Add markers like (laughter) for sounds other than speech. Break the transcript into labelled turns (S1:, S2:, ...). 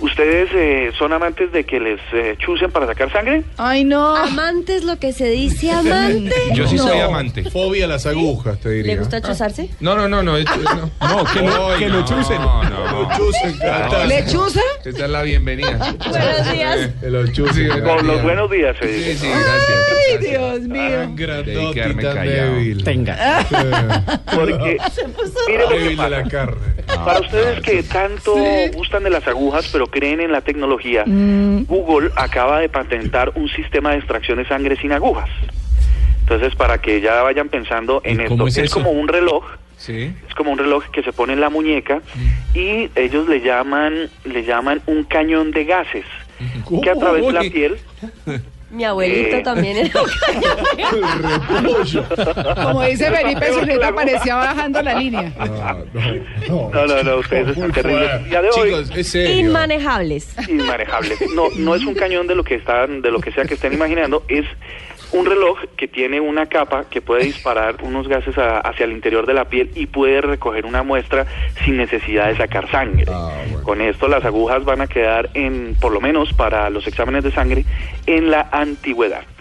S1: ¿Ustedes eh, son amantes de que les eh, chusen para sacar sangre?
S2: Ay, no.
S3: ¿Amante es lo que se dice amante?
S4: Yo sí
S3: No.
S4: soy amante.
S5: Fobia a las agujas, te diría.
S3: ¿Le gusta Ah. chuzarse?
S4: No, no, no, no. es- No,
S5: No, que lo- que lo chusen.
S4: No, no. Ah,
S5: Lo chusen, cata.
S2: ¿Lechuza?
S4: Esta es la bienvenida.
S3: Buenos días.
S5: Que lo chusen.
S4: Sí,
S5: cata.
S4: no,
S1: Con los
S4: ya.
S1: buenos días, eh. se
S4: Sí,
S1: dice.
S4: sí, gracias.
S2: Ay,
S4: gracias.
S2: Dios
S5: Tan
S2: mío.
S5: grandote
S4: Debe
S5: y
S4: quedarme
S5: tan
S4: callado.
S5: débil.
S6: Tenga.
S1: Porque, mire lo que
S5: Débil de
S1: pasa.
S5: la carne.
S1: Para ustedes que tanto gustan de las agujas, pero creen en la tecnología, Google acaba de patentar un sistema de extracción de sangre sin agujas. Entonces, para que ya vayan pensando en
S4: ¿Y
S1: esto,
S4: cómo es eso?
S1: como un reloj,
S4: Sí.
S1: es como un reloj que se pone en la muñeca
S4: Mm.
S1: y ellos le llaman, le llaman un cañón de gases que a través de la
S4: Mm. Uy.
S1: piel
S3: Mi abuelito
S1: Eh.
S4: (laughs)
S3: también era.
S5: (laughs)
S2: Como dice Felipe, su letra parecía bajando la línea.
S5: No, no,
S1: No, no, no, ustedes están
S5: Muy
S1: terribles.
S5: fuerte.
S1: Ya de hoy-
S5: Chicos, es serio.
S3: Inmanejables.
S1: inmanejable. No, no es un cañón de lo que están, de lo que sea que estén imaginando, es un reloj que tiene una capa que puede disparar unos gases a- hacia el interior de la piel y puede recoger una muestra sin necesidad de sacar sangre.
S5: Ah, bueno.
S1: Con esto las agujas van a quedar en, por lo menos para los exámenes de sangre, en la antigüedad.